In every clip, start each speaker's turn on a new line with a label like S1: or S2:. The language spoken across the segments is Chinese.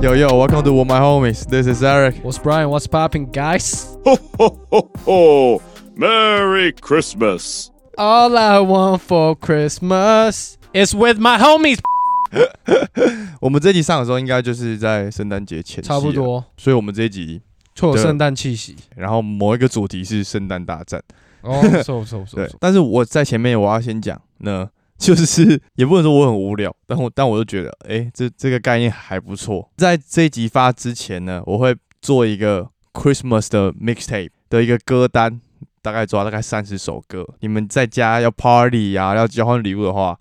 S1: Yo yo, welcome to With My Homies. This is Eric.
S2: What's Brian? What's popping, guys?
S3: Ho, ho, ho, ho. Merry Christmas.
S2: All I want for Christmas is with my homies，
S1: 我们这集上的时候，应该就是在圣诞节前夕，
S2: 差不。多，
S1: 所以我们这一集，
S2: 就有
S1: 对
S2: 圣诞气息。
S1: 然后某一个主题是圣诞大战，
S2: 哦，不错不错不错
S1: 对
S2: 不错。。
S1: 但是我在前面我要先讲呢， 就是也不能说我很无聊，但我但我就觉得，哎、这这个概念还不错。在这一集发之前呢，我会做一个 Christmas 的 mixtape 的一个歌单，大概抓大概三十首歌。你们在家要 party 呀、要交换礼物的话。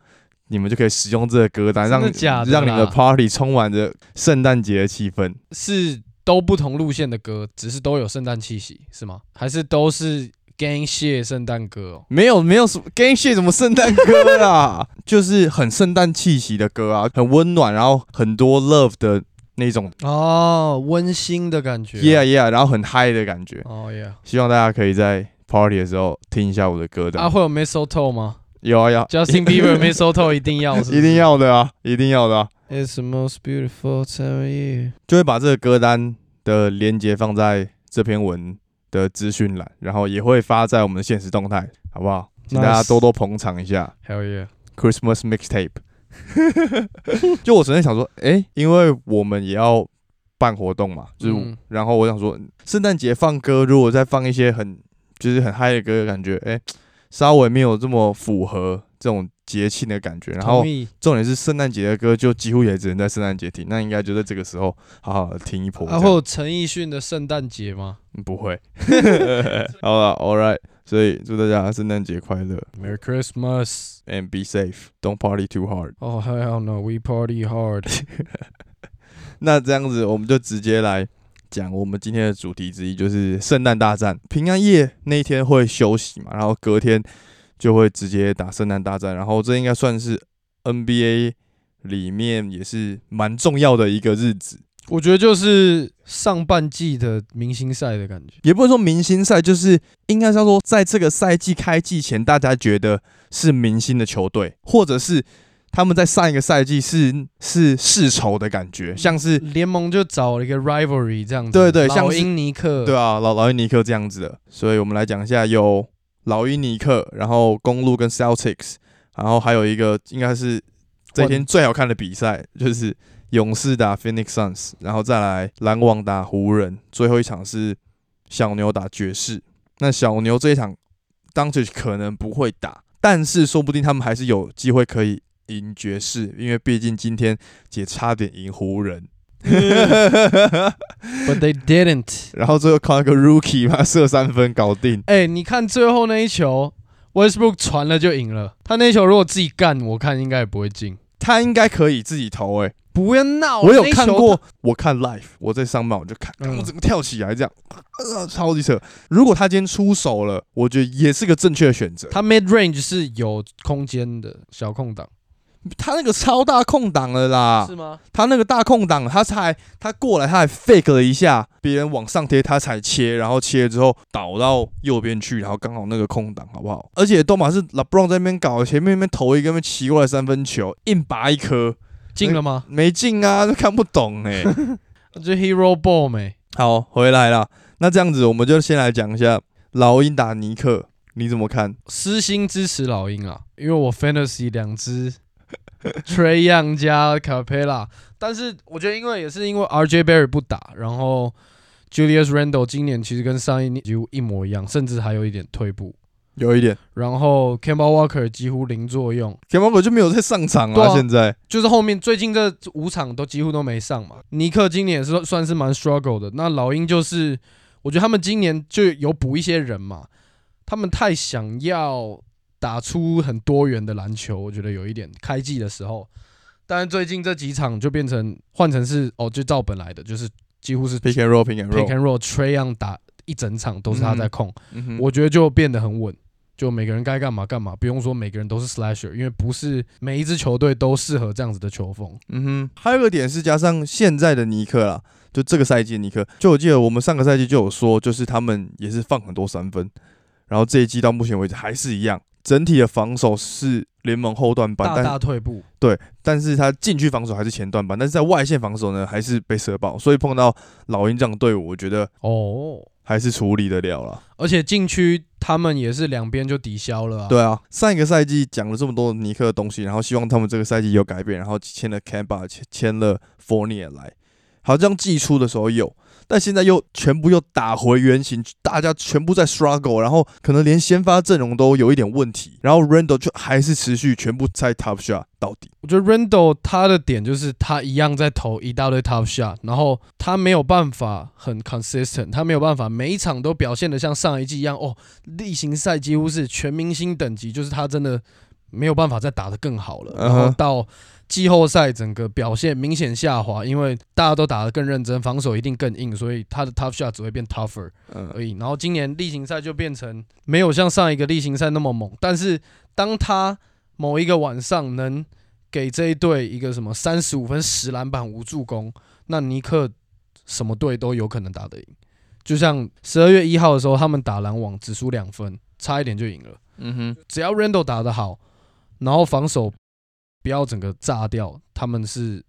S1: 你们就可以使用这个歌单，
S2: 真
S1: 让
S2: 的假的
S1: 让你们的
S2: 啦
S1: party 充满着圣诞节的气氛。
S2: 是都不同路线的歌，只是都有圣诞气息，是吗？还是都是 gang shit 圣诞歌哦？
S1: 没有没有什么 game shit 什么圣诞歌啦， 就是很圣诞气息的歌啊，很温暖，然后很多 love 的那种
S2: 哦，温馨的感觉。
S1: ，yeah yeah，然后很嗨的感觉。
S2: 哦 yeah。
S1: 希望大家可以在 party 的时候听一下我的歌的。
S2: 啊，会有 mistletoe 吗
S1: 有啊有啊
S2: ？Justin Bieber mistletoe 一定要，是不是
S1: 一定。要的啊，一定要的啊，
S2: It's the most beautiful time of year。
S1: 就会把这个歌单的连接放在这篇文的资讯栏，然后也会发在我们的现实动态，好不好？请大家
S2: Nice
S1: 多多捧场一下。
S2: Hell yeah！
S1: Christmas mixtape。就我昨天想说，诶，因为我们也要办活动嘛，就是，
S2: 嗯
S1: 然后我想说，圣诞节放歌，如果再放一些很就是很嗨的歌，感觉诶，稍微没有这么符合这种节庆的感觉。然后
S2: 同意
S1: 重点是圣诞节的歌，就几乎也只能在圣诞节听，那应该就在这个时候好好的听一波。
S2: 然后陈奕迅的圣诞节吗
S1: 嗯不会， 好了，All right，所以祝大家圣诞节快乐
S2: ？Merry Christmas。
S1: and be safe，don't party too hard。
S2: Oh hell no, we party hard.
S1: 那这样子，我们就直接来讲我们今天的主题之一，就是圣诞大战。平安夜那一天会休息嘛，然后隔天就会直接打圣诞大战。然后这应该算是 NBA 里面也是蛮重要的一个日子，
S2: 我觉得就是上半季的明星赛的感觉。
S1: 也不能说明星赛，就是应该是要说，在这个赛季开季前，大家觉得是明星的球队，或者是他们在上一个赛季是是世仇的感觉，像是
S2: 联盟就找了一个 rivalry 这样子，
S1: 对对像
S2: 老
S1: 是
S2: 鹰尼克，
S1: 对啊，老老鹰尼克这样子的，所以我们来讲一下有老鹰尼克，然后公路跟 Celtics，然后还有一个应该是这天最好看的比赛就是勇士打 Phoenix Suns，然后再来篮网打湖人，最后一场是小牛打爵士。那小牛这一场 d o n c i 可能不会打，但是说不定他们还是有机会可以赢爵士，因为毕竟今天姐差点赢湖人。
S2: ，But they didn't。
S1: 然后最后靠一个 rookie 嘛射三分搞 定，
S2: 哎，你看最后那一球，Westbrook 传了就赢了。他那一球如果自己干，我看应该也不会进。
S1: 他应该可以自己投诶、欸
S2: 不要闹，
S1: 我有
S2: 哦那一球
S1: 看过，我看 live，我在上班我就看，
S2: 嗯
S1: 我整个跳起来这样，呃超级扯。如果他今天出手了，我觉得也是个正确的选择。
S2: 他，他 mid range 是有空间的小空档，
S1: 他那个超大空档了啦
S2: 是，吗？
S1: 他那个大空档，他才他过来，他还 fake 了一下，别人往上贴，他才切，然后切了之后倒到右边去，然后刚好那个空档，好不好？而且都马是 LeBron 在那边搞，前面那边投一个那边奇怪的三分球，硬拔一颗
S2: 进了吗？
S1: 没进啊，都看不懂 哎、
S2: 就 hero ball 没？
S1: 好，回来了。那这样子，我们就先来讲一下老鹰打尼克，你怎么看？
S2: 私心支持老鹰啊，因为我 fantasy 两只 Trey Young 加 Capella，但是我觉得因为也是因为 RJ Barry 不打，然后 Julius Randle 今年其实跟上一年几乎一模一样，甚至还有一点退步。
S1: 有一点，
S2: 然后 c a m b a Walker 几乎零作用，
S1: 田猫狗就没有在上场
S2: 对
S1: 啊，
S2: 啊
S1: 现在
S2: 就是后面最近这五场都几乎都没上嘛。尼克今年也是算是蛮 struggle 的，那老鹰就是我觉得他们今年就有补一些人嘛，他们太想要打出很多元的篮球，我觉得有一点开季的时候，但是最近这几场就变成换成是哦，就照本来的，就是几乎是
S1: pick and roll，pick and
S2: pick
S1: roll，
S2: and roll Trey Young 打一整场都是他在控，
S1: 嗯哼
S2: 我觉得就变得很稳。就每个人该干嘛干嘛，不用说每个人都是 slasher，因为不是每一支球队都适合这样子的球风。
S1: 嗯哼，还有一个点是加上现在的尼克啦，就这个赛季的尼克，就我记得我们上个赛季就有说，就是他们也是放很多三分，然后这一季到目前为止还是一样，整体的防守是联盟后段班，
S2: 大
S1: 但
S2: 大退步。
S1: 但是他禁区防守还是前段班，但是在外线防守呢还是被射爆，所以碰到老鹰这样的队伍，我觉得
S2: 哦，
S1: 还是处理得了啦。
S2: 而且禁区他们也是两边就抵消了、啊。，
S1: 对啊，上一个赛季讲了这么多尼克的东西，然后希望他们这个赛季有改变，然后签了 Camba，签签了呃 Fournier 来，好像季初的时候有，但现在又全部又打回原形，大家全部在 struggle，然后可能连先发阵容都有一点问题，然后 Randle 就还是持续全部在 top shot 到底。
S2: 我觉得 Randall 他的点就是他一样在投一大堆 top shot，然后他没有办法很 consistent，他没有办法每一场都表现的像上一季一样。哦，例行赛几乎是全明星等级，就是他真的没有办法再打得更好了。然
S1: 嗯
S2: 后
S1: 哼
S2: 到季后赛整个表现明显下滑，因为大家都打得更认真，防守一定更硬，所以他的 top shot 只会变 tougher。
S1: 嗯
S2: 而已。然后今年例行赛就变成没有像上一个例行赛那么猛，但是当他某一个晚上能给这一队一个什么三十五分、十篮板、无助攻，那尼克什么队都有可能打得赢。就像十二月一号的时候，他们打篮网只输两分，差一点就赢了。
S1: 嗯哼，
S2: 只要 Randall 打得好，然后防守不要整个炸掉，他们是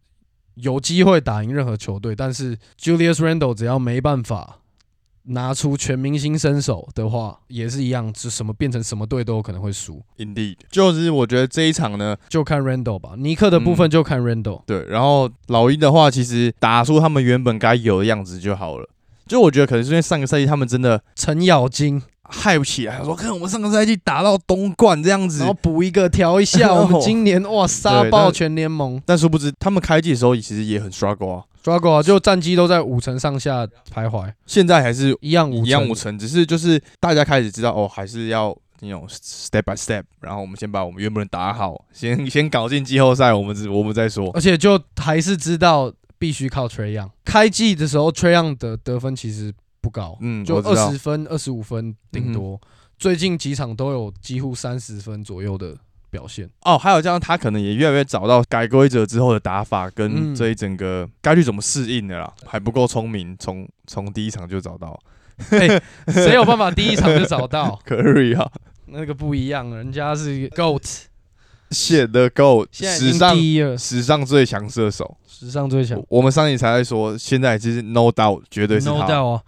S2: 有机会打赢任何球队。但是 Julius Randall 只要没办法拿出全明星身手的话，也是一样，就什么变成什么队都有可能会输。
S1: ，Indeed，就是我觉得这一场呢，
S2: 就看 Randall 吧，尼克的部分就看 Randall。
S1: 对，然后老鹰的话，其实打出他们原本该有的样子就好了。就我觉得可能是因为上个赛季他们真的
S2: 程咬金，
S1: 嗨不起来，他说看我们上个赛季打到东冠这样子
S2: 然，后补一个调一下。
S1: 哦
S2: 我们今年哇杀
S1: 对
S2: 爆
S1: 但
S2: 全联盟
S1: 但殊不知他们开季的时候其实也很 struggle 啊，
S2: ，struggle 啊就战绩都在五成上下徘徊，
S1: 现在还是
S2: 一样五
S1: 一样
S2: 成
S1: 五成，只是就是大家开始知道哦，还是要那种 step by step，然后我们先把我们原本打好，先先搞进季后赛，我们只我们再说。
S2: 而且就还是知道必须靠 Trey Young。开季的时候，Trey Young 的得分其实不高，
S1: 嗯，
S2: 就
S1: 我知道嗯
S2: 二十分、二十五分顶多。最近几场都有几乎三十分左右的表现。
S1: 哦，还有这样，他可能也越来越找到改规则之后的打法跟
S2: 嗯
S1: 这一整个该去怎么适应的啦，还不够聪明，从从第一场就找到
S2: 谁有办法第一场就找 到？
S1: Curry 啊，
S2: 那个不一样，人家是 GOAT，
S1: 显得够
S2: 现在
S1: 史
S2: 已经
S1: 上
S2: 第一了，
S1: 史上最强射手。
S2: 史上最强。
S1: 我我们上一集才在说，现在其实 no doubt 绝对是
S2: no
S1: 他。
S2: doubt 啊。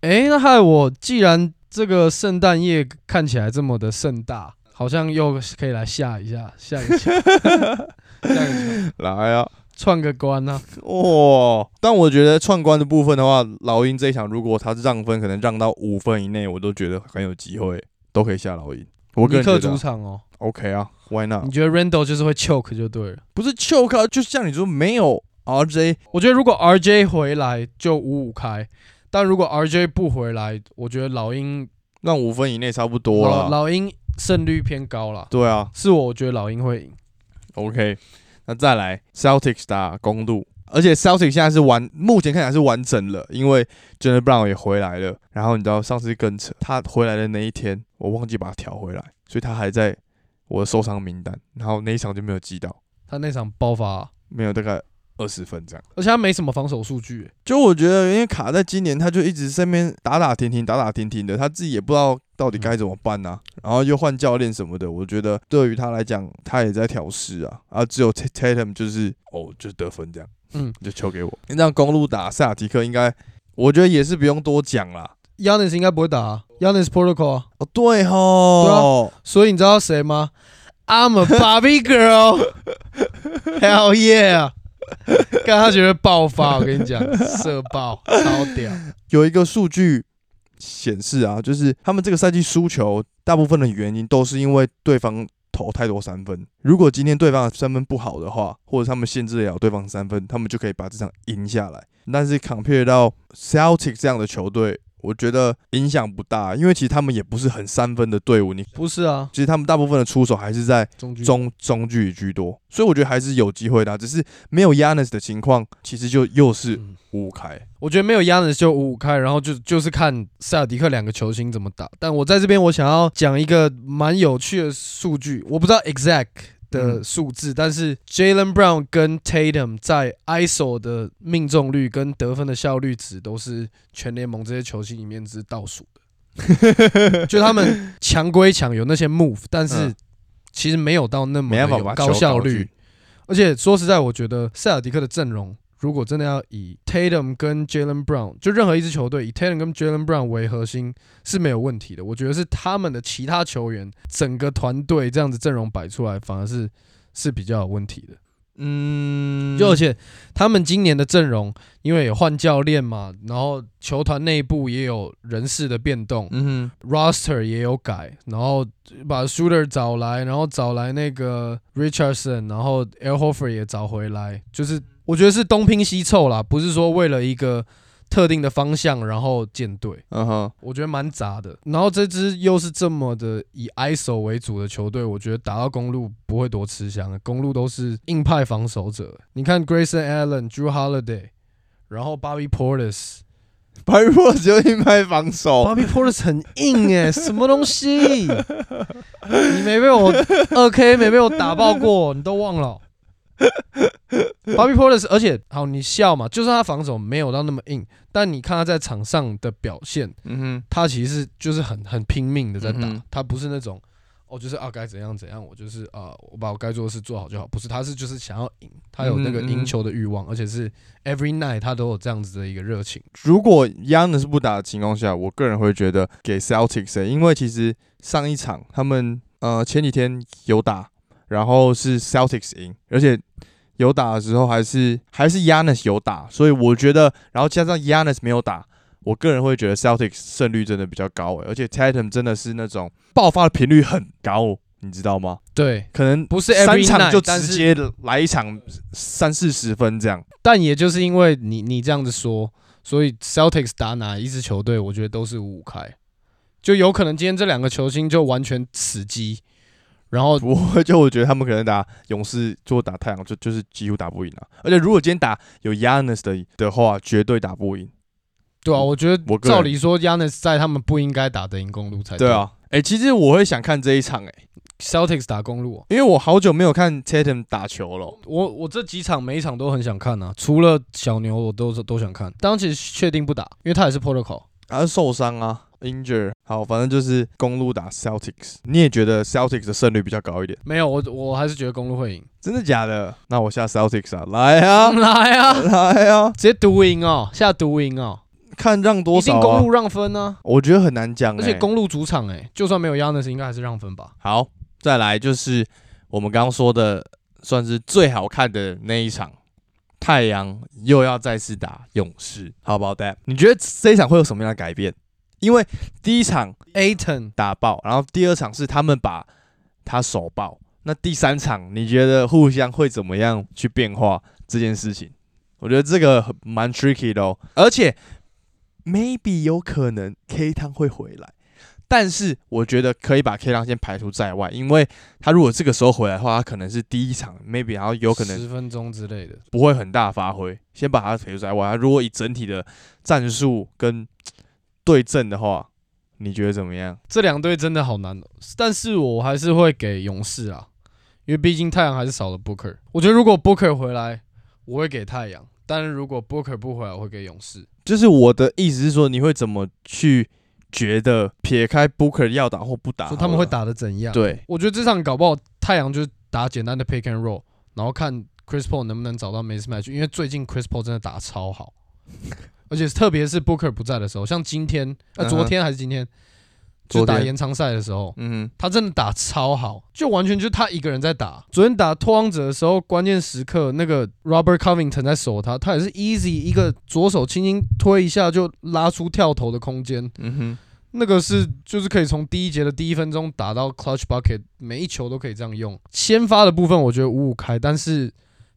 S2: 哎，那害我既然这个圣诞夜看起来这么的盛大，好像又可以来吓一下，吓 一下，吓一下，
S1: 来啊，
S2: 串个关啊。
S1: 哦，但我觉得串关的部分的话，老鹰这一场如果他让分，可能让到五分以内，我都觉得很有机会，都可以下老鹰。我个
S2: 尼
S1: 人
S2: 克
S1: 觉得啊
S2: 主场哦，
S1: OK 啊，Why not？
S2: 你觉得 Randall 就是会 choke 就对了。
S1: 不是 choke，啊就是像你说没有 RJ，
S2: 我觉得如果 RJ 回来就五五开，但如果 RJ 不回来，我觉得老鹰
S1: 让五分以内差不多
S2: 老
S1: 了。
S2: 老鹰胜率偏高啦。
S1: 对啊
S2: 是我，我觉得老鹰会赢。
S1: ，OK，那再来 Celtics 打公路，而且 Celtics 现在是完，目前看起来是完整了，因为 j a n e Brown 也回来了。然后你知道上次跟扯，他回来的那一天，我忘记把他调回来，所以他还在我的受伤名单，然后那一场就没有记到，
S2: 他那场爆发啊、
S1: 没有大概二十分这样。
S2: 而且他没什么防守数据欸、
S1: 就我觉得，因为卡在今年，他就一直在那边打打停停，打打停停的，他自己也不知道到底该怎么办啊。然后又换教练什么的，我觉得对于他来讲，他也在调试啊。啊，只有 Tat- Tatum 就是哦，就是得分这样，
S2: 嗯，
S1: 就球给我。那公路打萨尔提克，应该我觉得也是不用多讲啦。
S2: Yanis 应该不会打、啊、，Yanis Protocol 啊、
S1: 哦，对吼，
S2: 所以你知道谁吗？I'm a Barbie girl, hell yeah！刚他绝对爆发，我跟你讲，射爆，超屌。
S1: 有一个数据显示啊，就是他们这个赛季输球，大部分的原因都是因为对方投太多三分。如果今天对方的三分不好的话，或者他们限制得了对方三分，他们就可以把这场赢下来。但是 compare 到 Celtic 这样的球队，我觉得影响不大，因为其实他们也不是很三分的队伍。你
S2: 不是啊，
S1: 其实他们大部分的出手还是在
S2: 中距
S1: 中中距离居多，所以我觉得还是有机会的啊、只是没有 Yanis 的情况，其实就又是
S2: 嗯
S1: 五五开。
S2: 我觉得没有压的就五五开，然后就就是看塞尔迪克两个球星怎么打。但我在这边我想要讲一个蛮有趣的数据，我不知道 exact，的数字，但是 Jalen Brown 跟 Tatum 在 ISO 的命中率跟得分的效率值都是全联盟这些球星里面之倒数的。就他们强归强，有那些 move，但是
S1: 嗯
S2: 其实没有到那么
S1: 没办法
S2: 有
S1: 把球
S2: 高效
S1: 搞进
S2: 率。而且说实在，我觉得塞尔迪克的阵容如果真的要以 Tatum 跟 Jalen Brown，就任何一支球队以 Tatum 跟 Jalen Brown 为核心是没有问题的。我觉得是他们的其他球员整个团队这样子阵容摆出来，反而是是比较有问题的。
S1: 嗯，
S2: 就而且他们今年的阵容，因为也换教练嘛，然后球团内部也有人事的变动，
S1: 嗯哼
S2: roster 也有改，然后把 Shooter 找来，然后找来那个 Richardson，然后 a i r h o f e r 也找回来，就是我觉得是东拼西凑啦，不是说为了一个特定的方向然后建队，
S1: 嗯哼，
S2: 我觉得蛮杂的。然后这支又是这么的以 ISO 为主的球队，我觉得打到公路不会多吃香的，公路都是硬派防守者。你看 Grayson Allen、Drew Holiday，然后 Bobby Portis。
S1: 白弱只有一拍防守，
S2: Bobby Portis 很硬 哎、什么东西？你没被我二 K 没被我打爆过，你都忘了。Bobby Portis，而且好，你笑嘛，就算他防守没有到那么硬，但你看他在场上的表现，
S1: 嗯
S2: 他其实是就是很很拼命的在打，
S1: 嗯哼
S2: 他不是那种哦，就是啊该怎样怎样，我就是啊、我把我该做的事做好就好，不是，他是就是想要赢，他有那
S1: 嗯
S2: 个
S1: 哼嗯哼
S2: 赢球的欲望，而且是 every night 他都有这样子的一个热情。
S1: 哼，如果 Young 是不打的情况下，我个人会觉得给 Celtics，、欸、因为其实上一场他们呃前几天有打，然后是 Celtics 赢，而且有打的时候还是还是 Yanis 有打，所以我觉得，然后加上 Yanis 没有打，我个人会觉得 Celtics 胜率真的比较高、欸，而且 Tatum 真的是那种爆发的频率很高，你知道吗？
S2: 对，
S1: 可能
S2: 不是 every
S1: 三场就
S2: night，但
S1: 直
S2: 是
S1: 接来一场三四十分这样。
S2: 但也就是因为你你这样子说，所以 Celtics 打哪一支球队，我觉得都是五五开，就有可能今天这两个球星就完全死机，然后
S1: 不会，就我觉得他们可能打勇士，就打太阳，就就是几乎打不赢啊。而且如果今天打有 Yanis 的的话，绝对打不赢。
S2: 对啊，我觉
S1: 我
S2: 得
S1: 个人
S2: 照理说 Yanis 在他们不应该打的赢公路才
S1: 对啊，哎、其实我会想看这一场、欸，哎，
S2: ，Celtics 打公路哦、
S1: 因为我好久没有看 Tatum 打球了。
S2: 我我这几场每一场都很想看啊，除了小牛我都都想看，当时确定不打，因为他也是 protocol。
S1: 啊，受伤啊，injure。好，反正就是公路打 Celtics，你也觉得 Celtics 的胜率比较高一点，
S2: 没有，我我还是觉得公路会赢。
S1: 真的假的？那我下 Celtics 啊，来啊，
S2: 来啊，
S1: 来啊，
S2: 直接独赢哦，下独赢哦，
S1: 看让多
S2: 一定
S1: 少、
S2: 公
S1: 啊
S2: 路？让分呢、
S1: 我觉得很难讲、欸，
S2: 而且公路主场哎、就算没有 Yanis，应该还是让分吧。
S1: 好，再来就是我们刚刚说的，算是最好看的那一场，太阳又要再次打勇士。How about that？你觉得这一场会有什么样的改变？因为第一场
S2: Aton
S1: 打爆，然后第二场是他们把他手爆，那第三场你觉得互相会怎么样去变化这件事情？我觉得这个很蛮 tricky 的哦，而且 maybe 有可能 K 汤会回来，但是我觉得可以把 K 汤先排除在外，因为他如果这个时候回来的话，他可能是第一场 maybe 然后有可能
S2: 十分钟之类的，
S1: 不会很大发挥，先把他排除在外。他如果以整体的战术跟对阵的话，你觉得怎么样？
S2: 这两队真的好难、哦。但是我还是会给勇士啊，因为毕竟太阳还是少了 Booker。我觉得如果 Booker 回来，我会给太阳；但是如果 Booker 不回来，我会给勇士。
S1: 就是我的意思是说，你会怎么去觉得撇开 Booker 要打或不打，
S2: 说他们会？打的怎
S1: 啊
S2: 样？，
S1: 对，
S2: 我觉得这场搞不好太阳就是打简单的 pick and roll，然后看 Chris Paul 能不能找到 m a s match，因为最近 Chris Paul 真的打得超好， 而且特别是 Booker 不在的时候，像今天呃
S1: 嗯哼
S2: 昨天还是今天，就
S1: 昨天
S2: 打延长赛的时候，
S1: 嗯
S2: 他真的打超好，就完全就是他一个人在打。昨天打拓荒者的时候，关键时刻那个 Robert Covington 在守他，他也是 easy 一个左手轻轻推一下就拉出跳投的空间，
S1: 哼，嗯哼，
S2: 那个是就是可以从第一节的第一分钟打到 clutch bucket，每一球都可以这样用。先发的部分我觉得五五开，但是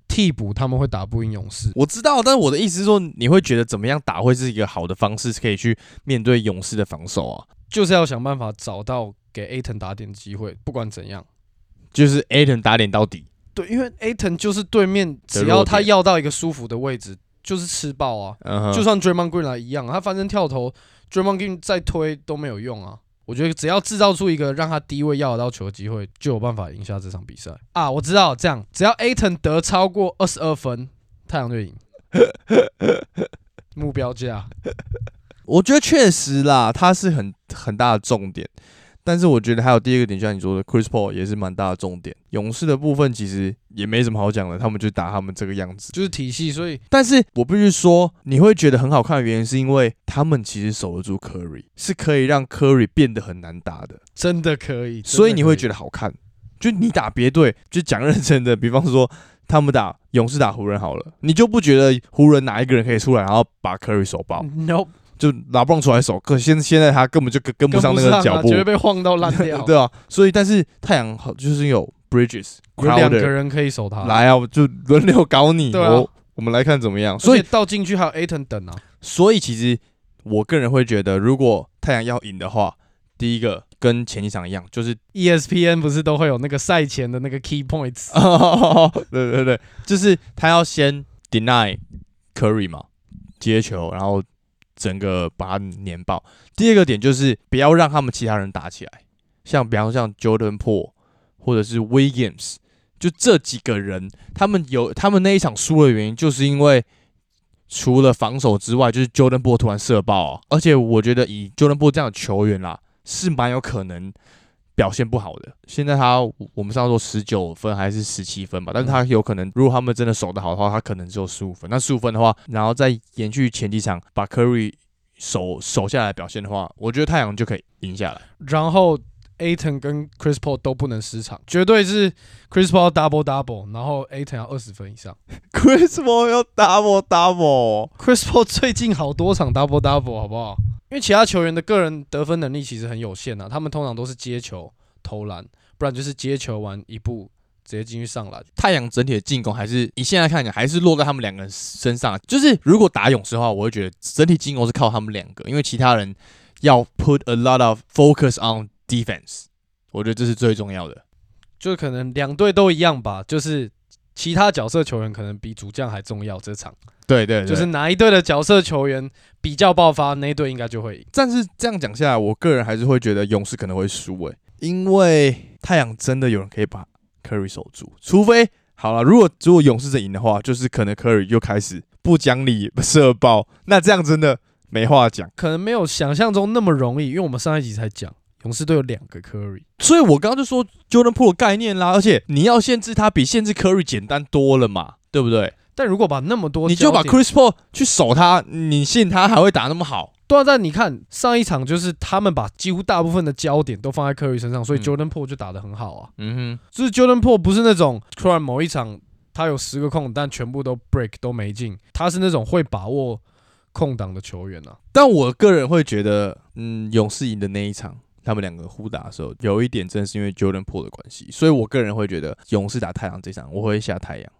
S2: 替补他们会打不赢勇士。
S1: 我知道，但是我的意思是说，你会觉得怎么样打会是一个好的方式，可以去面对勇士的防守啊？
S2: 就是要想办法找到给 Aton 打点的机会，不管怎样。
S1: 就是 Aton 打脸到底，
S2: 对，因为 Aton 就是对面，只要他要到一个舒服的位置，就是吃爆啊。
S1: 嗯哼，
S2: 就算 Draymond Green 来一样，他翻身跳投，Draymond Green 再推都没有用啊。我觉得只要制造出一个让他低位要得到球的机会，就有办法赢下这场比赛啊！我知道，这样只要 Aton 得超过二十二分，太阳队 赢。目标价，
S1: 我觉得确实啦，他是很很大的重点。但是我觉得还有第二个点，就像你说的，Chris Paul 也是蛮大的重点。勇士的部分其实也没什么好讲的，他们就打他们这个样子。
S2: 就是体系，所以
S1: 但是我必须说，你会觉得很好看的原因，是因为他们其实守得住 Curry，是可以让 Curry 变得很难打的，
S2: 真的可以。
S1: 所以你会觉
S2: 得
S1: 得好看。就你打别队，就讲认真的，比方说他们打勇士打湖人好了，你就不觉得湖人哪一个人可以出来，然后把 Curry 手爆？
S2: no
S1: 就拉布朗出来守，可现现在他根本就跟跟不
S2: 跟
S1: 上那
S2: 啊
S1: 个脚步
S2: 绝，对被晃到烂掉。
S1: 对啊，所以但是太阳好就是有 Bridges、
S2: 有两个
S1: Crowder
S2: 人可以守他，，
S1: 来啊，我就轮流搞你，
S2: 对啊
S1: 我我们来看怎么样。
S2: 所
S1: 所
S2: 以
S1: 以
S2: 到禁区还有 Aton 等啊。
S1: 所以其实我个人会觉得，如果太阳要赢的话，第一个跟前几场一样，就是
S2: E ESPN 不是都会有那个赛前的那个 key points，
S1: 对对对，就是他要先 deny Curry 嘛，接球，然后整个把他碾爆。第二个点就是不要让他们其他人打起来，像比方像 Jordan p o o 或者是 Williams，就这几个人，他们有他们那一场输的原因，就是因为除了防守之外，就是 Jordan p o o 突然射爆、啊，而且我觉得以 Jordan p o o 这样的球员啦，是蛮有可能表现不好的。现在他我们上次说十九分还是十七分吧，但是他有可能，如果他们真的守得好的话，他可能只有十五分。那十五分的话，然后再延续前几场把 Curry 守守下来的表现的话，我觉得太阳就可以赢下来。
S2: 然后 Aton 跟 Chris Paul 都不能失场，绝对是 Chris Paul double double，然后 Aton 要二十分以上。
S1: Chris Paul 要 double double，
S2: Chris Paul 最近好多场 double double，好不好？因为其他球员的个人得分能力其实很有限啊，他们通常都是接球、投篮，不然就是接球完一步直接进去上篮。
S1: 太阳整体的进攻还是以现在看起来还是落在他们两个人身上。就是如果打勇士的话，我会觉得整体进攻是靠他们两个，因为其他人要 put a lot of focus on defense，我觉得这是最重要的。
S2: 就是可能两队都一样吧，就是其他角色球员可能比主将还重要。这场
S1: 对对对，
S2: 就是哪一队的角色球员比较爆发，那一队应该就会赢。
S1: 但是这样讲下来，我个人还是会觉得勇士可能会输诶、因为太阳真的有人可以把 Curry 守住，除非好了，如果如果勇士真赢的话，就是可能 Curry 又开始不讲理射爆，那这样真的没话讲。
S2: 可能没有想象中那么容易，因为我们上一集才讲，勇士队有两个 Curry，
S1: 所以我刚刚就说 Jordan p o o 概念啦，而且你要限制他比限制 Curry 简单多了嘛，对不对？
S2: 但如果把那么多
S1: 你就把
S2: 焦点
S1: Chris Paul 去守他，你信他还会打那么好？
S2: 对啊，但你看上一场就是他们把几乎大部分的焦点都放在 Curry 身上，所以
S1: 嗯
S2: Jordan p o o 就打得很好啊。
S1: 嗯
S2: 就是 Jordan p o o 不是那种突然某一场他有十个空，但全部都 break 都没进，他是那种会把握空档的球员啊
S1: 哼。，但我个人会觉得，嗯，勇士赢的那一场，他们两个互打的时候，有一点真的是因为 Jordan p o o 的关系，所以我个人会觉得勇士打太阳这场，我会下太阳。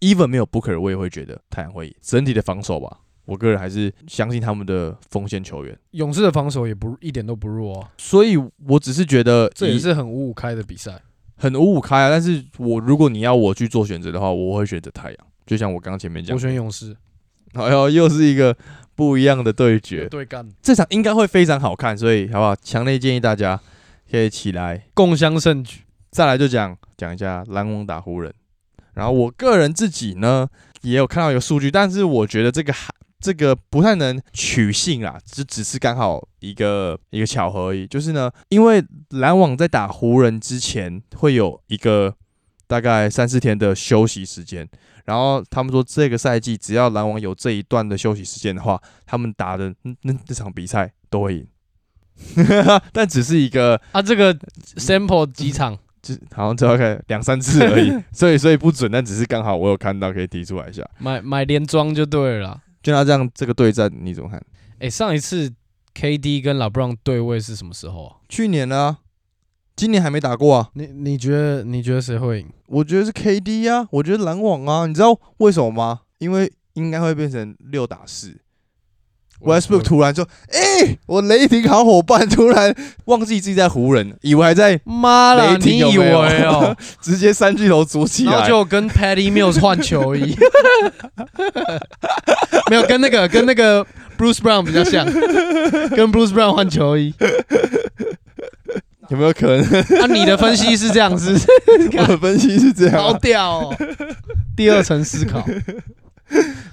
S1: Even 没有 Booker，我也会觉得太阳会赢。整体的防守吧，我个人还是相信他们的锋线球员，
S2: 勇士的防守也不一点都不弱、啊，
S1: 所以我只是觉得
S2: 这也
S1: 以
S2: 是很五五开的比赛。
S1: 很五五开啊。但是我如果你要我去做选择的话，我会选择太阳。就像我刚刚前面讲
S2: 我，选勇士
S1: 哎呦，又是一个不一样的对决，
S2: 对干，
S1: 这场应该会非常好看，所以好不好？强烈建议大家可以起来。
S2: 共襄盛举。
S1: 再来就讲讲一下篮网打湖人，然后我个人自己呢也有看到一个数据，但是我觉得这个还这个不太能取信啦，只只是刚好一个一个巧合而已。就是呢，因为篮网在打湖人之前会有一个大概三四天的休息时间，然后他们说这个赛季只要篮网有这一段的休息时间的话，他们打的那那那场比赛都会赢。 但只是一个
S2: 啊，这个 sample 几场，
S1: 就好像只要看两三次而 已，所以所以不准，但只是刚好我有看到可以提出来一下。
S2: 买买连装就对了啦。
S1: 就他这样这个对战你怎么看？
S2: 哎、上一次 KD 跟 LeBron 对位是什么时候啊？
S1: 去年呢、今年还没打过啊。
S2: 你你觉得你觉得谁会赢？
S1: 我觉得是 KD 啊，我觉得篮网啊，你知道为什么吗？因为应该会变成六打四。Westbrook 突然说：“哎、我雷霆好伙伴突然忘记自己在湖人，以为还在
S2: 妈啦，
S1: 雷霆
S2: 你
S1: 有
S2: 以
S1: 没
S2: 为
S1: 有
S2: 哦、
S1: 直接三巨头组 起
S2: 然
S1: 来
S2: 后。就跟 Patty Mills 换球衣， 没有跟那个跟那个 Bruce Brown 比较像，跟 Bruce Brown 换球衣。
S1: 有没有可能？
S2: 啊，你的分析是这样子，
S1: 我的分析是这样
S2: 好
S1: 啊、
S2: 屌哦！第二层思考，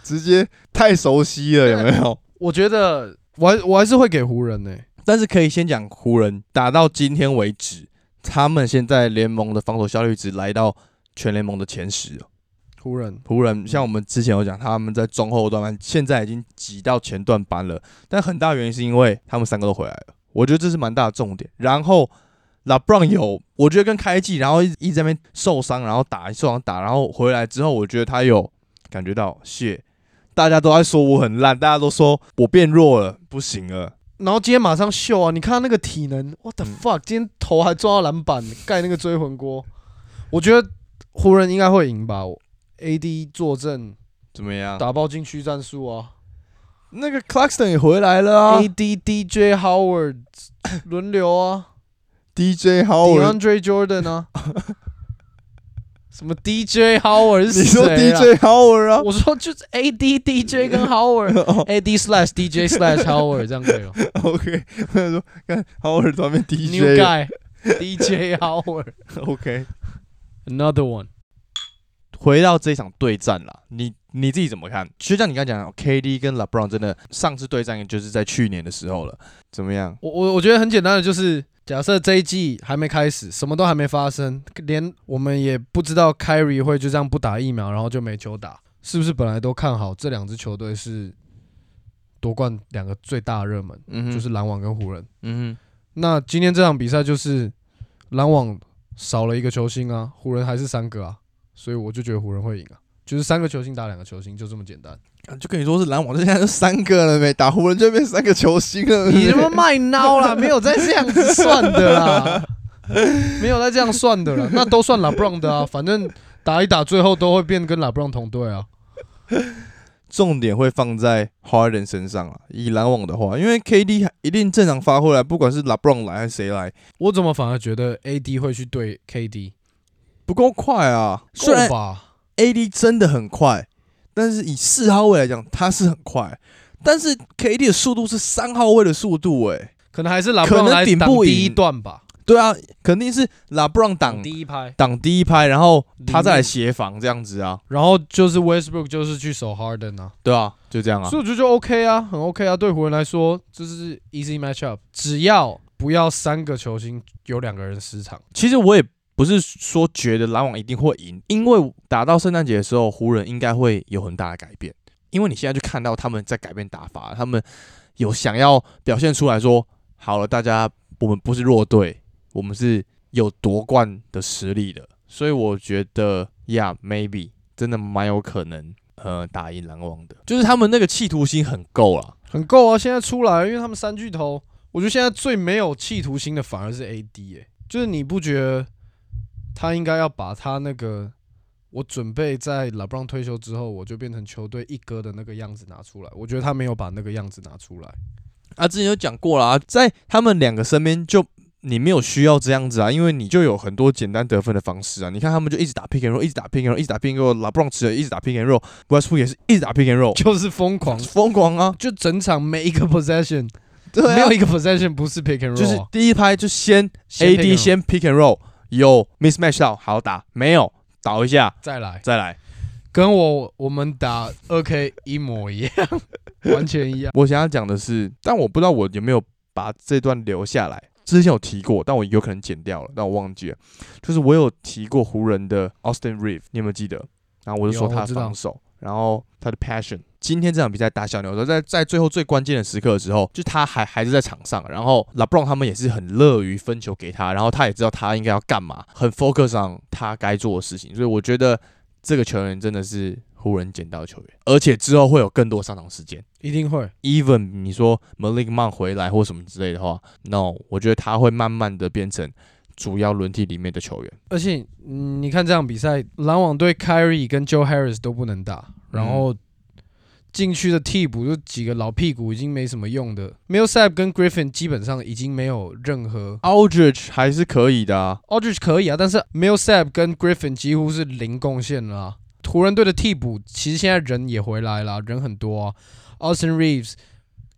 S1: 直接太熟悉了，有没有？
S2: 我觉得我还我还是会给湖人呢、
S1: 但是可以先讲湖人，打到今天为止，他们现在联盟的防守效率值来到全联盟的前十了。
S2: 湖人
S1: 湖人像我们之前有讲，他们在中后段班现在已经挤到前段班了，但很大原因是因为他们三个都回来了，我觉得这是蛮大的重点。然后 LeBron 有，我觉得跟开季，然后一直一直在那边受伤，然后打受伤打，然后回来之后，我觉得他有感觉到谢，大家都在说我很烂，大家都说我变弱了，不行了。
S2: 然后今天马上秀啊！你看他那个体能，what the
S1: 嗯
S2: fuck！、今天头还撞到篮板，盖那个追魂锅。我觉得湖人应该会赢吧我？AD 坐镇，
S1: 怎么样？
S2: 打爆禁区战术啊
S1: 那个 Claxton 也回来了啊
S2: ！AD、DJ Howard 轮流啊
S1: ，DJ Howard，
S2: ，DeAndre Jordan 啊，什么 DJ Howard
S1: 你
S2: 是
S1: 说
S2: 谁啊
S1: DJ Howard 啊？ 哦
S2: 我说就是 AD DJ 跟 Howard。AD slash DJ slash Howard 这 样可以吗
S1: OK，我想说，看 Howard 旁边
S2: ？New
S1: DJ 了
S2: guy DJ Howard
S1: OK，
S2: another one。
S1: 回到这一场对战啦，你你自己怎么看？其实像你刚才讲，KD 跟 LeBron 真的上次对战就是在去年的时候了，怎么样？
S2: 我我我觉得很简单的就是，假设这一季还没开始，什么都还没发生，连我们也不知道 Kyrie 会就这样不打疫苗，然后就没球打，是不是？本来都看好这两支球队是夺冠两个最大热门，
S1: 嗯哼
S2: 就是篮网跟湖人。
S1: 嗯
S2: 那今天这场比赛就是篮网少了一个球星啊，湖人还是三个啊，所以我就觉得湖人会赢啊，就是三个球星打两个球星，就这么简单。
S1: 哼，就跟你说是篮网，现在就三个了没，打湖人就变三个球星啊 了
S2: 你
S1: 没。
S2: 他妈卖孬啦，没有再这样子算的 啦，没有再这样算的啦，那都算 LeBron 的啊，反正打一打最后都会变跟 LeBron 同队啊。
S1: 重点会放在 Harden 身上啊，以篮网的话，因为 KD 一定正常发挥了，不管是 LeBron 来还是谁来，
S2: 我怎么反而觉得 AD 会去对 KD？
S1: 不够快啊。虽然
S2: 够吧，
S1: AD 真的很快，但是以四号位来讲，他是很快，但是 KD 的速度是三号位的速度、欸，
S2: 可能还是
S1: 可
S2: LeBron
S1: 能
S2: 来
S1: 顶
S2: 挡
S1: 不赢
S2: 第一段吧，
S1: 对啊，肯定是 LeBron 挡
S2: 第一拍，
S1: 挡第一拍，然后他再来协防这样子啊，
S2: 然后就是 Westbrook 就是去守 Harden 啊。
S1: 对啊，就这样啊
S2: 所。以我觉得就 OK 啊，很 OK 啊。对湖人来说，这是 easy matchup，只要不要三个球星有两个人失常，
S1: 其实我也不是说觉得篮网一定会赢，因为打到圣诞节的时候，湖人应该会有很大的改变，因为你现在就看到他们在改变打法，他们有想要表现出来说，好了，大家我们不是弱队，我们是有夺冠的实力的，所以我觉得，Yeah，maybe 真的蛮有可能。呃，打赢篮网的，就是他们那个企图心很够啦。
S2: 很够啊。现在出来，因为他们三巨头，我觉得现在最没有企图心的反而是 AD，哎、就是你不觉得他应该要把他那个我准备在 LeBron 退休之后，我就变成球队一哥的那个样子拿出来？我觉得他没有把那个样子拿出来。
S1: 啊，之前有讲过啦，在他们两个身边就你没有需要这样子啊，因为你就有很多简单得分的方式啊。你看他们就一直打 pick and roll，一直打 pick and roll，一直打 pick and roll，LeBron 持人一直打 pick and roll，Westbrook 也是一直打 pick and roll，
S2: 就是疯狂，啊
S1: 疯狂啊！
S2: 就整场每一个 possession，、
S1: 对啊
S2: 没有一个 possession 不是 pick and roll，啊
S1: 就是第一拍就先
S2: 先 pick and
S1: AD
S2: roll
S1: 先 pick and roll，有 mismatch 到好打，没有倒一下
S2: 再来。
S1: 再来。
S2: 跟我我们打二 K 一模一样， 完全一样。
S1: 啊我想要讲的是，但我不知道我有没有把这段留下来。之前有提过，但我有可能剪掉了，但我忘记了。就是我有提过湖人的 Austin Reeve，你有没有记得？然后我就说
S2: 有
S1: 他
S2: 我
S1: 的
S2: 知道
S1: 防守，然后他的 passion。今天这场比赛打小牛的时候，在在最后最关键的时刻的时候，就他还还是在场上，然后 LeBron 他们也是很乐于分球给他，然后他也知道他应该要干嘛，很 focus on 他该做的事情。所以我觉得这个球员真的是湖人捡到的球员，而且之后会有更多上场时间。
S2: 一定会，
S1: even 你说 Malik Monk 回来或什么之类的话，no，我觉得他会慢慢的变成主要轮替里面的球员。
S2: 而且、嗯你看这场比赛，篮网队 Kyrie 跟 Joe Harris 都不能打，然后禁区的替补就几个老屁股已经没什么用的 m i l s a p 跟 Griffin 基本上已经没有任何
S1: Aldridge 还是可以的啊，
S2: Aldridge 可以啊，但是 m i l s a p 跟 Griffin 几乎是零贡献了、啊。湖人队的替补其实现在人也回来了，人很多啊。Austin Reeves、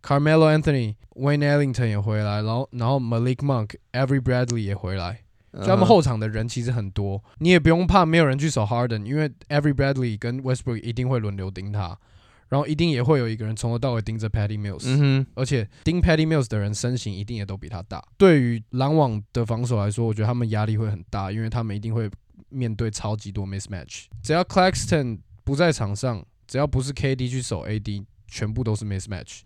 S2: Carmelo Anthony、Wayne Ellington 也回来，然后然后 Malik Monk、Avery Bradley 也回来，
S1: 嗯
S2: 就他们后场的人其实很多，你也不用怕没有人去守 Harden，因为 Avery Bradley 跟 Westbrook 一定会轮流盯他，然后一定也会有一个人从头到尾盯着 Patty Mills，、
S1: 嗯哼，
S2: 而且盯 Patty Mills 的人身形一定也都比他大。对于篮网的防守来说，我觉得他们压力会很大，因为他们一定会面对超级多 mismatch。只要 Claxton 不在场上，只要不是 KD 去守 AD，全部都是 mismatch。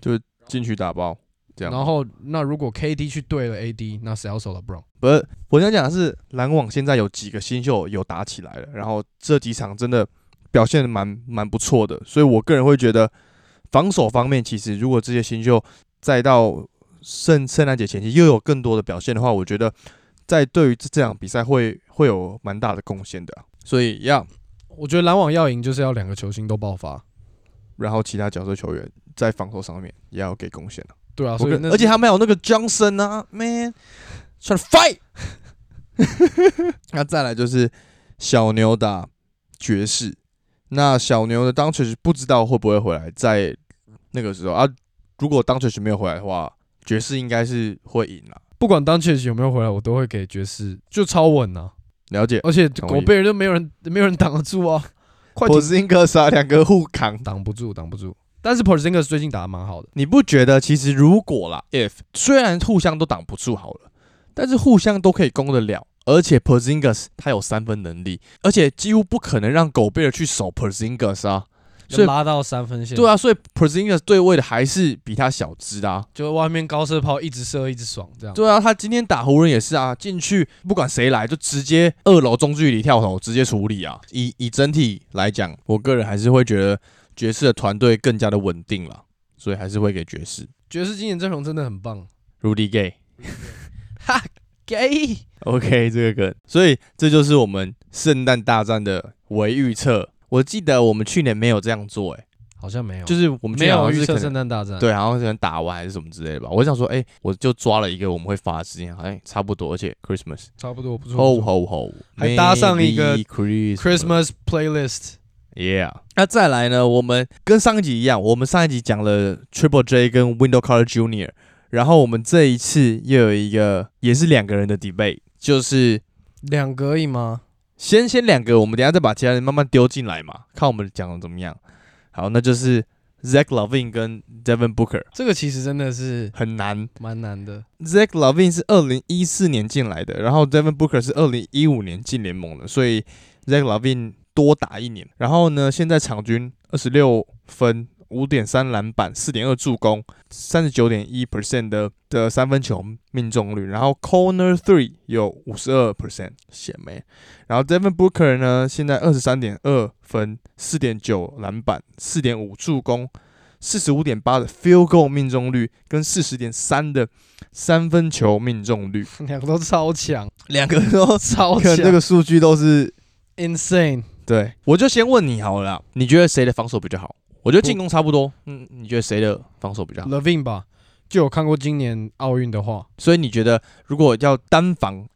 S1: 进去打包这样。
S2: 然后，那如果 KD 去对了 AD，那谁要守 LeBron？
S1: 不是，我想讲的是，篮网现在有几个新秀有打起来了，然后这几场真的表现得蛮蛮不错的，所以我个人会觉得，防守方面其实如果这些新秀再到圣圣诞节前期又有更多的表现的话，我觉得在对于这这场比赛会会有蛮大的贡献的啊、所以要
S2: 我觉得篮网要赢，就是要两个球星都爆发。
S1: 然后其他角色球员在防守上面也要给贡献了。
S2: 对啊，
S1: 我
S2: 所以
S1: 跟
S2: 那
S1: 而且他们还有那个 Johnson 啊，Man，try to fight 。那再来就是小牛打爵士，那小牛的当确实不知道会不会回来，在那个时候啊，如果当确实没有回来的话，爵士应该是会赢啊了。
S2: 不管当切奇有没有回来，我都会给爵士就超稳啊。
S1: 了解，
S2: 而且
S1: 同意
S2: 狗贝尔就没有人没有人挡得住啊，快
S1: 我
S2: 艇
S1: 是英格萨两个互扛，
S2: 挡不住，挡不住。但是 Porzingis 最近打得蛮好的，
S1: 你不觉得其实如果啦，if 虽然互相都挡不住好了，但是互相都可以攻得了，而且 Porzingis 他有三分能力，而且几乎不可能让狗贝尔去守 Porzingis 啊，所以
S2: 就拉到三分线，
S1: 对，啊，所以 Porzingis 对位的还是比他小只的啊，
S2: 就外面高射炮一直射一直爽这样。
S1: 对啊，他今天打湖人也是啊，进去不管谁来就直接二楼中距离跳投直接处理啊，以以整体来讲，我个人还是会觉得爵士的团队更加的稳定了，所以还是会给爵士
S2: 爵士今年阵容真的很棒，
S1: Rudy Gay。
S2: 哈给
S1: OK，这个梗，所以这就是我们圣诞大战的微预测。我记得我们去年没有这样做、欸，
S2: 好像没有，
S1: 就是是我们去
S2: 哦没
S1: 年
S2: 有
S1: 好像
S2: 预
S1: 是可
S2: 测
S1: 能
S2: 圣诞大战。，
S1: 对，好像可能打完还是什么之类的吧。我想说，哎、我就抓了一个我们会发的时间，好像差不多，而且 Christmas，
S2: 差不多不错。
S1: 吼
S2: 不错
S1: 吼吼，
S2: 哦还搭上一个
S1: Merry Christmas，Yeah。
S2: Christmas playlist，
S1: 那再来呢，我们跟上一集一样，我们上一集讲了 Triple J 跟 Window Color Junior，然后我们这一次又有一个也是两个人的 debate，就是
S2: 两格一吗？
S1: 先先两个，我们等一下再把其他人慢慢丢进来嘛，看我们讲的怎么样。好，那就是 Zach Lavine 跟 Devin Booker
S2: 这个其实真的是
S1: 很难。
S2: 蛮难的。
S1: Zach Lavine 是二零一四年进来的，然后 Devin Booker 是二零一五年进联盟的，所以 Zach Lavine 多打一年。然后呢，现在场均二十六分。五点三篮板，四点二助攻，三十九点一 percent 的的三分球命中率，然后 corner three 有五十二 percent 显没，然后 Devin Booker 呢，现在二十三点二分，四点九篮板，四点五助攻，四十五点八的 field goal 命中率跟四十点三的三分球命中率，
S2: 两个都超强，
S1: 两个都
S2: 超强
S1: 看这个数据都是
S2: ，insane。
S1: 对。我就先问你好了啦，你觉得谁的防守比较好？我觉得进攻差不多，嗯，你觉得谁的防守比较好？
S2: Levine 吧，就有看过今年奥运的话，
S1: 所以你觉得如果要单防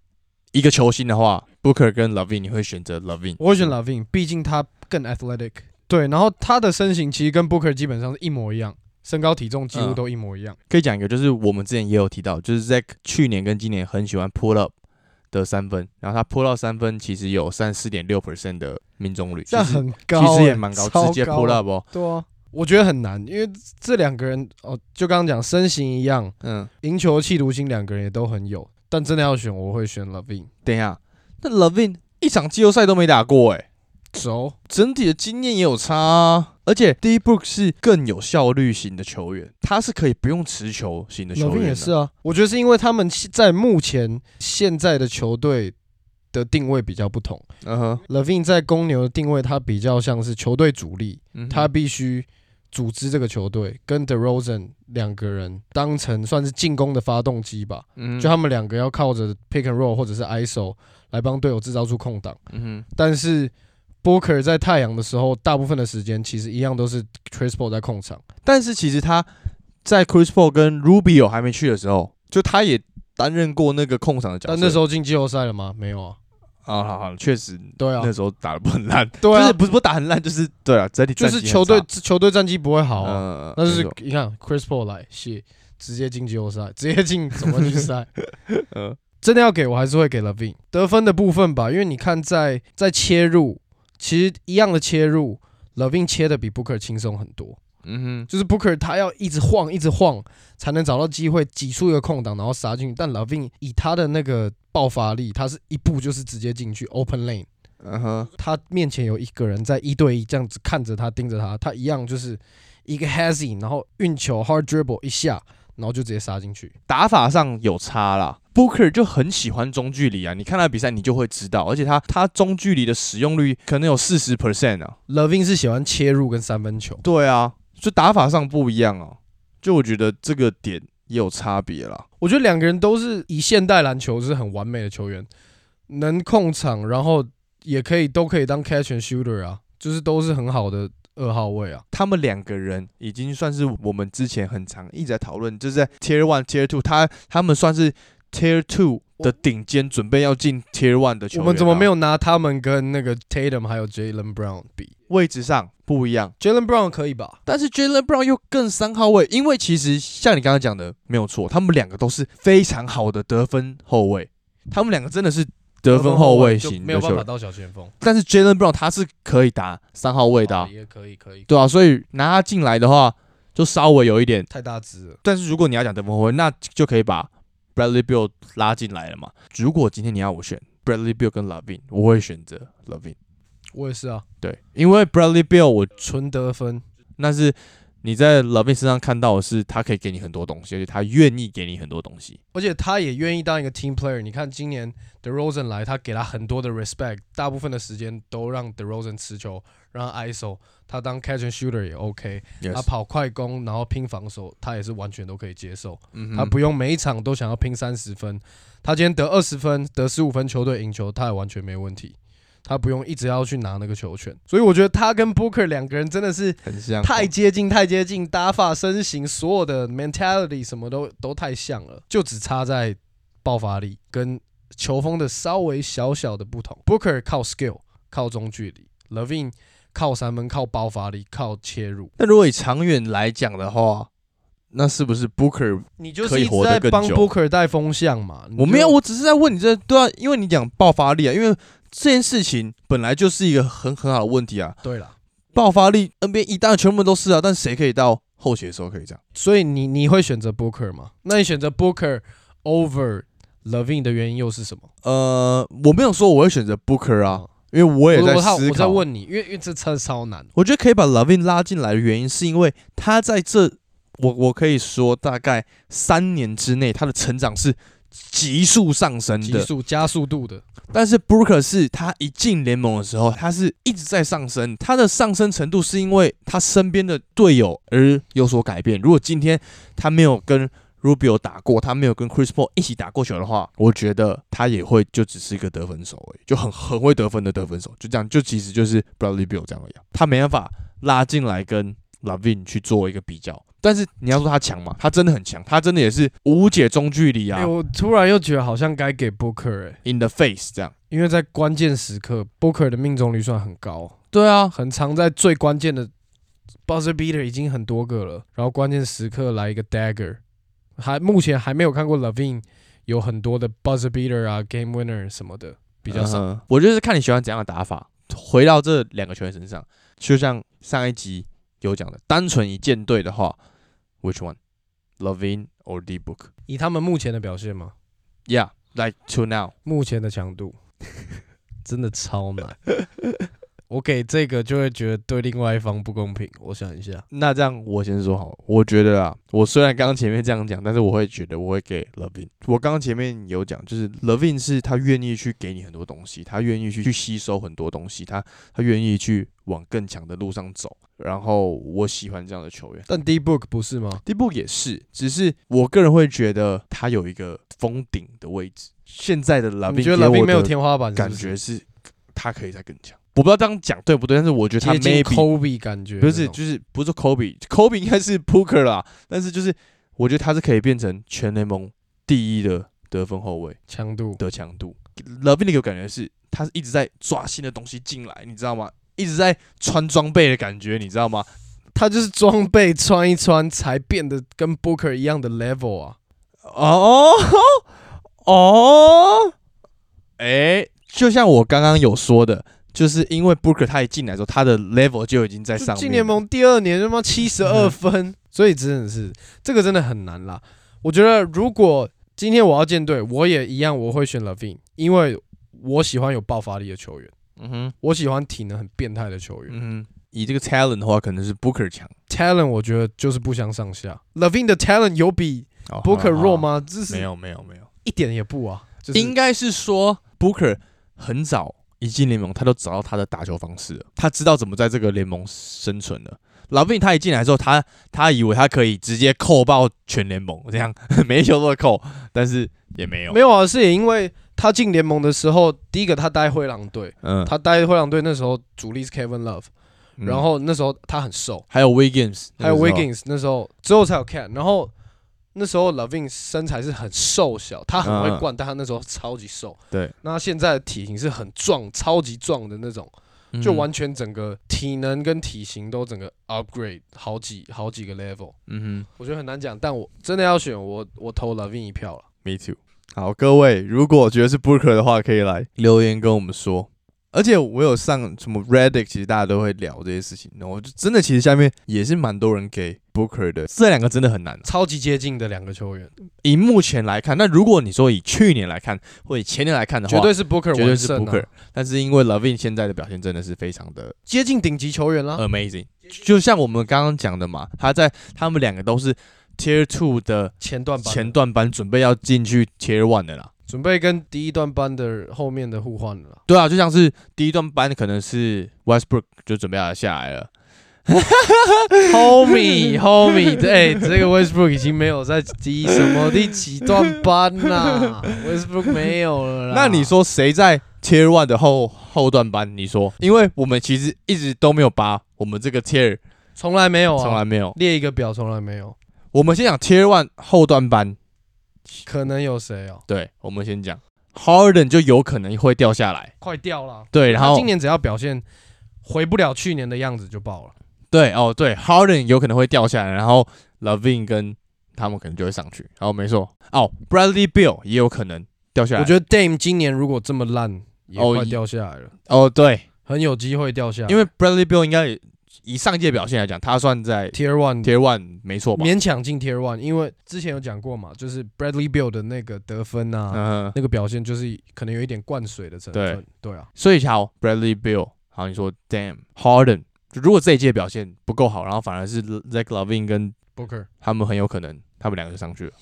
S1: 一个球星的话，Booker 跟 Lavin，你会选择 Lavin？
S2: 我会选 Lavin，毕竟他更 athletic。对，然后他的身形其实跟 Booker 基本上是一模一样，身高体重几乎
S1: 嗯
S2: 都一模一样。
S1: 可以讲一个，就是我们之前也有提到，就是 Zack 去年跟今年很喜欢 pull up 的三分，然后他 pull up 三分其实有三四点六 percent 的命中率，
S2: 这样
S1: 其实
S2: 很高欸、
S1: 其实也蛮高，
S2: 超
S1: 直接 pull
S2: 啊
S1: up 哦，
S2: 对啊，我觉得很难，因为这两个人哦，就刚刚讲身形一样，
S1: 嗯，
S2: 赢球企图心两个人也都很有，但真的要选，我会选 Lavin。
S1: 等一下，那 Levin 一场季后赛都没打过、欸，
S2: 走，
S1: 整体的经验也有差、啊，而且 D Book 是更有效率型的球员，他是可以不用持球型的球
S2: Lavin
S1: 员，
S2: 也是，啊，我觉得是因为他们现在目前现在的球队的定位比较不同。
S1: 嗯哼，
S2: Levin 在公牛的定位，他比较像是球队主力，
S1: 嗯哼
S2: 他必须组织这个球队，跟 DeRozan 两个人当成算是进攻的发动机吧。
S1: 嗯哼
S2: 就他们两个要靠着 pick and roll 或者是 ISO 来帮队友制造出空档。
S1: 嗯
S2: 但是 Booker 在太阳的时候，大部分的时间其实一样都是 Chris Paul 在控场。
S1: 哼，但是其实他在 Chris Paul 跟 Rubio 还没去的时候，就他也担任过那个控场的角色，
S2: 但那时候进季后赛了吗？没有啊，
S1: 啊，好好，确实
S2: 对啊
S1: 那，时候打的不很烂，就
S2: 对啊
S1: 是，不是不打很烂，就是对啊，整体
S2: 就
S1: 战
S2: 是
S1: 绩
S2: 球
S1: 很
S2: 队
S1: 差
S2: 球队战绩不会好啊。
S1: 嗯，
S2: 但是
S1: 没错
S2: 你看 Chris Paul 来，是直接进季后赛，直接进总冠军赛。
S1: 嗯
S2: 真的要给我还是会给 Levine 得分的部分吧，因为你看在在切入，其实一样的切入，Levine 切的比 Booker 轻松很多。
S1: 嗯哼，
S2: 就是 Booker 他要一直晃，一直晃，才能找到机会挤出一个空档，然后杀进去。但 Levine 以他的那个爆发力，他是一步就是直接进去 open lane。
S1: 嗯哼，
S2: 他面前有一个人在一对一这样子看着他，盯着他，他一样就是一个 hazy，然后运球 hard dribble 一下，然后就直接杀进去。
S1: 打法上有差啦。Booker 就很喜欢中距离啊，你看他比赛你就会知道，而且他他中距离的使用率可能有四十 percent 啊。
S2: Levine 是喜欢切入跟三分球，
S1: 对啊，就打法上不一样哦、就我觉得这个点也有差别啦。
S2: 我觉得两个人都是以现代篮球是很完美的球员，能控场，然后也可以都可以当 catch and shooter 啊，就是都是很好的二号位啊。
S1: 他们两个人已经算是我们之前很常一直在讨论，就是在 Tier One、Tier Two，他他们算是 Tier Two 的顶尖，准备要进 Tier One 的球
S2: 我
S1: 员啊、
S2: 们怎么没有拿他们跟那个 Tatum 还有 Jalen Brown 比
S1: 位置上不一样？
S2: ？Jalen Brown 可以吧？
S1: 但是 Jalen Brown 又更三号位，因为其实像你刚刚讲的没有错，他们两个都是非常好的得分后卫，他们两个真的是得分后卫
S2: 就
S1: 型
S2: 没
S1: 的
S2: 有
S1: 球
S2: 办法
S1: 员。
S2: 到小前锋。
S1: 但是 Jalen Brown 他是可以打三号位的啊、
S2: 好也可以，可以，
S1: 对啊，所以拿他进来的话，就稍微有一点。
S2: 太大只了。
S1: 但是如果你要讲得分后卫，那就可以把 Bradley Bill 拉进来了嘛。如果今天你要我选 Bradley Bill 跟 Lavin，我会选择 Lavin。
S2: 我也是啊，
S1: 对，因为 Bradley Bill 我
S2: 纯得分。
S1: 那是你在 Lavin 身上看到的是他可以给你很多东西，而且他愿意给你很多东西。
S2: 而且他也愿意当一个 team player。你看今年 The Rosen 来，他给他很多的 respect，大部分的时间都让 The Rosen 持球，让他 ISO，他当 catch and shooter 也 OK，他跑快攻，然后拼防守，他也是完全都可以接受。
S1: 嗯哼
S2: 他不用每一场都想要拼三十分，他今天得二十分，得十五分，球队赢球，他也完全没问题。他不用一直要去拿那个球权，所以我觉得他跟 Booker 两个人真的是
S1: 很像
S2: 太接近，太接近，打法、身形，所有的 mentality 什么都都太像了，就只差在爆发力跟球风的稍微小小的不同。Booker 靠 skill，靠中距离；Levine 靠三分，靠爆发力，靠切入。
S1: 那如果以长远来讲的话，那是不是 Booker？
S2: 你就
S1: 可
S2: 是
S1: 以
S2: 一直
S1: 活得
S2: 在
S1: 更
S2: 帮
S1: 久
S2: Booker 带风向嘛？你就
S1: 我没有，，我只是在问你这对啊，因为你讲爆发力啊，因为这件事情本来就是一个很很好的问题啊。
S2: 对啦，
S1: 爆发力 NBA 一大全部都是啊，但谁可以到后期的时候可以这样？
S2: 所以你你会选择 Booker 吗？那你选择 Booker over Levine 的原因又是什么？
S1: 呃，我没有说我会选择 Booker 啊，
S2: 嗯
S1: 因为我也在
S2: 我
S1: 思
S2: 我在
S1: 考。
S2: 问你，因为因为这超超难。
S1: 我觉得可以把 Lavin 拉进来的原因，是因为他在这，我我可以说大概三年之内，他的成长是急速上升
S2: 极
S1: 的。
S2: 速加速度的，
S1: 但是 Booker 是他一进联盟的时候，他是一直在上升，他的上升程度是因为他身边的队友而有所改变。如果今天他没有跟 Rubio 打过，他没有跟 Chris Paul 一起打过球的话，我觉得他也会就只是一个得分手而已，就很很会得分的得分手，就这样，就其实就是 Bradley Bill 这样而已啊。他没办法拉进来跟 Lavin 去做一个比较，但是你要说他强嘛，他真的很强，他真的也是无解中距离啊
S2: 哎、我突然又觉得好像该给 Booker 哎、
S1: ，in the face 这样。
S2: 因为在关键时刻，Booker 的命中率算很高，
S1: 对啊，
S2: 很常在最关键的 buzzer beater 已经很多个了，然后关键时刻来一个 dagger，还目前还没有看过 Levine 有很多的 buzzer beater 啊，game winner 什么的比较少。
S1: 嗯哼我就是看你喜欢怎样的打法。回到这两个球员身上，就像上一集有讲的，单纯一舰队的话，which one, Levine or D Book?
S2: 以他们目前的表现吗？
S1: Yeah, like to now.
S2: 目前的强度真的超难。 我给这个就会觉得对另外一方不公平。我想一下，
S1: 那这样我先说好了，我觉得啊，我虽然刚刚前面这样讲，但是我会觉得我会给 Levine。我刚刚前面有讲，就是 Levine 是他愿意去给你很多东西，他愿意去去吸收很多东西，他他愿意去往更强的路上走。然后我喜欢这样的球员。
S2: 但 D Book 不是吗？
S1: 第一步也是，只是我个人会觉得他有一个封顶的位置。现在的拉
S2: 你
S1: 宾
S2: 觉得
S1: 给
S2: Levine
S1: 我
S2: 没有
S1: 的
S2: 天花板是
S1: 感
S2: 不是
S1: 觉是，他可以再更强。我不知道这样讲对不对，但是我觉得他
S2: 接近
S1: maybe
S2: Kobe 感觉那
S1: 不
S2: 种，
S1: 是就是不是 Kobe，Kobe 应该是 Booker 啦，但是就是我觉得他是可以变成全联盟第一的得分后卫
S2: 强度。
S1: 的强度。 l e v i n 给我感觉是他一直在抓新的东西进来，你知道吗？一直在穿装备的感觉，你知道吗？
S2: 他就是装备穿一穿才变得跟 Booker 一样的 level 啊。
S1: 哦哦，哎、就像我刚刚有说的，就是因为 Booker 他一进来的时候，他的 level 就已经在
S2: 就
S1: 上面了。
S2: 进联盟第二年他妈七十二分，嗯所以真的是这个真的很难啦。我觉得如果今天我要建队，我也一样，我会选 Levine，因为我喜欢有爆发力的球员，
S1: 嗯哼，
S2: 我喜欢体能很变态的球员。
S1: 嗯哼，以这个 talent 的话，可能是 Booker 强。
S2: talent 我觉得就是不相上下。Levine 的 talent 有比
S1: 哦
S2: Booker 弱？
S1: 好好
S2: 吗？这
S1: 没
S2: 是
S1: 有，没有，没有。
S2: 一点也不啊。就是
S1: 应该是说 Booker 很早一进联盟，他都找到他的打球方式了，他知道怎么在这个联盟生存了。老毕他一进来之后，他他以为他可以直接扣爆全联盟，这样 每一球都扣，但是也没有，
S2: 没有啊，是也因为他进联盟的时候，第一个他待灰狼队，
S1: 嗯，
S2: 他待灰狼队那时候主力是 Kevin Love，、
S1: 嗯
S2: 然后那时候他很瘦，
S1: 还有 Wiggins，
S2: 还有
S1: 那个时候
S2: Wiggins 那时候之后才有 Cat，然后那时候 Levine 身材是很瘦小，他很会灌，但他那时候超级瘦。
S1: 对，
S2: 那他现在的体型是很壮，超级壮的那种，
S1: 嗯
S2: 就完全整个体能跟体型都整个 upgrade 好几好几个 level。
S1: 嗯哼。
S2: 我觉得很难讲，但我真的要选我，我投 Levine 一票了。
S1: Me too。好，各位，如果觉得是 Booker 的话，可以来留言跟我们说。而且我有上什么 Reddit，其实大家都会聊这些事情。然后就真的，其实下面也是蛮多人给 Booker 的。这两个真的很难。
S2: 超级接近的两个球员，
S1: 以目前来看，那如果你说以去年来看，或以前年来看的话，
S2: 绝对是 Booker
S1: 绝对是
S2: 完胜啊
S1: Booker。但是因为 Levine 现在的表现真的是非常的
S2: 接近顶级球员啦。
S1: amazing，、就像我们刚刚讲的嘛，他在他们两个都是 Tier Two 的
S2: 前段班
S1: 前段班，准备要进去 Tier One 的啦。
S2: 准备跟第一段班的后面的互换 了啦。
S1: 对啊，就像是第一段班可能是 Westbrook 就准备要下来了，
S2: Homie, homie，对，哎这个 Westbrook 已经没有在第什么第几段班 啦、，Westbrook 没有了啦。
S1: 那你说谁在 Tier One 的后后段班？你说，因为我们其实一直都没有把我们这个 Tier
S2: 从来没有啊？
S1: 从来没有。
S2: 列一个表，从来没有。
S1: 我们先讲 Tier One 后段班，
S2: 可能有谁哦？
S1: 对，我们先讲 Harden 就有可能会掉下来，
S2: 快掉了。
S1: 对，然
S2: 他
S1: 后
S2: 今年只要表现回不了去年的样子就爆了。
S1: 对哦对，Harden 有可能会掉下来，然后 Levine 跟他们可能就会上去，然后没错，哦，Bradley Bill 也有可能掉下来，
S2: 我觉得 Dame 今年如果这么烂，也
S1: 哦
S2: 快
S1: 一
S2: 掉下来了，
S1: 得哦对，
S2: 很有机会掉下来。
S1: 因为 Bradley Bill 应该也以上一届表现来讲，他算在
S2: Tier One
S1: Tier One 没错吧？
S2: 勉强进 Tier One，因为之前有讲过嘛，就是 Bradley Bill 的那个得分啊，
S1: 嗯，
S2: 那个表现就是可能有一点灌水的成分。对啊，
S1: 所以好，Bradley Bill，好，你说 Damn Harden，就如果这一届表现不够好，然后反而是 Zach Lavine 跟
S2: Booker
S1: 他们很有可能，他们两个就上去了。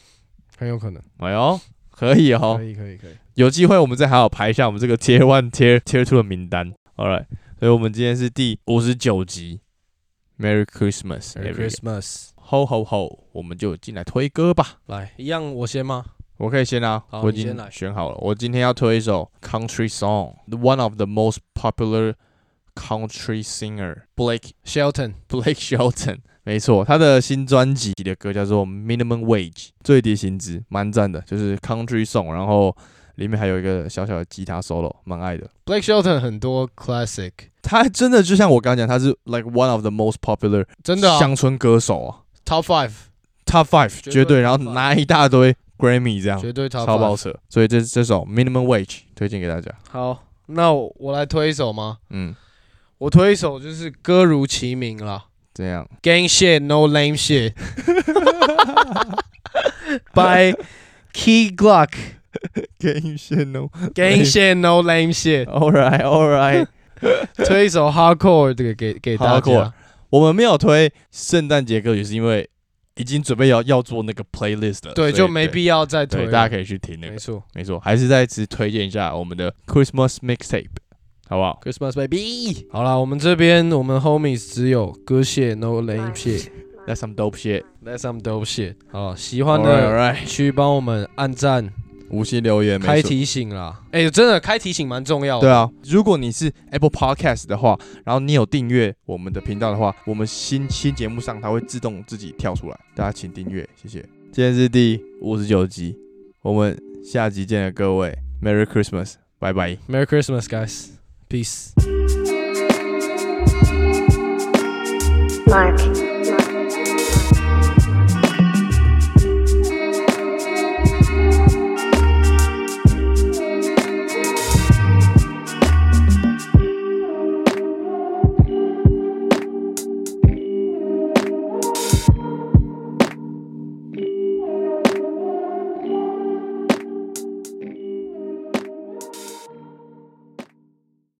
S2: 很有可能。
S1: 哎呦，可以哦
S2: 可，以可以可以。
S1: 有机会我们再好好排一下我们这个 Tier One、Tier Tier Two 的名单。All right，所以我们今天是第五十九集，Merry Christmas，
S2: Merry Christmas，
S1: 吼吼吼，我们就进来推歌吧。
S2: 来一样我先吗？
S1: 我可以先啊，
S2: 好
S1: 我已
S2: 你先
S1: 经
S2: 来
S1: 选好了。我今天要推一首 country song，one of the most popular country singer Blake
S2: Shelton，
S1: Blake Shelton。没错，他的新专辑的歌叫做《Minimum Wage》，最低薪资，蛮赞的，就是 country song。然后里面还有一个小小的吉他 solo，蛮爱的。
S2: Blake Shelton 很多 classic，
S1: 他真的就像我刚刚讲，他是 like one of the most popular
S2: 真的、啊、
S1: 乡村歌手啊
S2: top five，
S1: ，top five
S2: 绝对
S1: 绝对，然后
S2: top five
S1: 拿一大堆 Grammy 这样，
S2: 绝对 top
S1: 超爆
S2: five。
S1: 扯。所以这这首《Minimum Wage》推荐给大家。
S2: 好，那我我来推一首吗？
S1: 嗯，
S2: 我推一首就是歌如其名啦
S1: 这样。
S2: ，Gang Shit No Lame Shit by Key Glock。
S1: Can you say no?
S2: Gang Shit No Lame Shit，
S1: All right, all right 。
S2: 推一首 Hardcore 这个给给大
S1: Hardcore
S2: 家。
S1: 我们没有推圣诞节歌曲，是因为已经准备要要做那个 playlist 了，所
S2: 对，
S1: 以
S2: 就没必要再
S1: 对
S2: 推了。
S1: 大家可以去听那
S2: 没
S1: 个。
S2: 错
S1: 没错，还是再次推荐一下我们的 Christmas mixtape，好不好？
S2: ，Christmas baby。好啦，我们这边我们 homies 只有歌谢 no lame shit，that's
S1: That's some dope shit。
S2: some dope shit。好，喜欢
S1: All right, all
S2: 的
S1: right。
S2: 去帮我们按赞、
S1: 无心留言，没
S2: 开
S1: 错。
S2: 提醒啦。哎，真的开提醒蛮重要的。
S1: 对，啊，如果你是 Apple Podcast 的话，然后你有订阅我们的频道的话，我们新新节目上它会自动自己跳出来，大家请订阅，谢谢。今天是第五十九集，我们下集见了各位，Merry Christmas，拜拜。
S2: Merry Christmas, guys. Peace.
S4: Mark.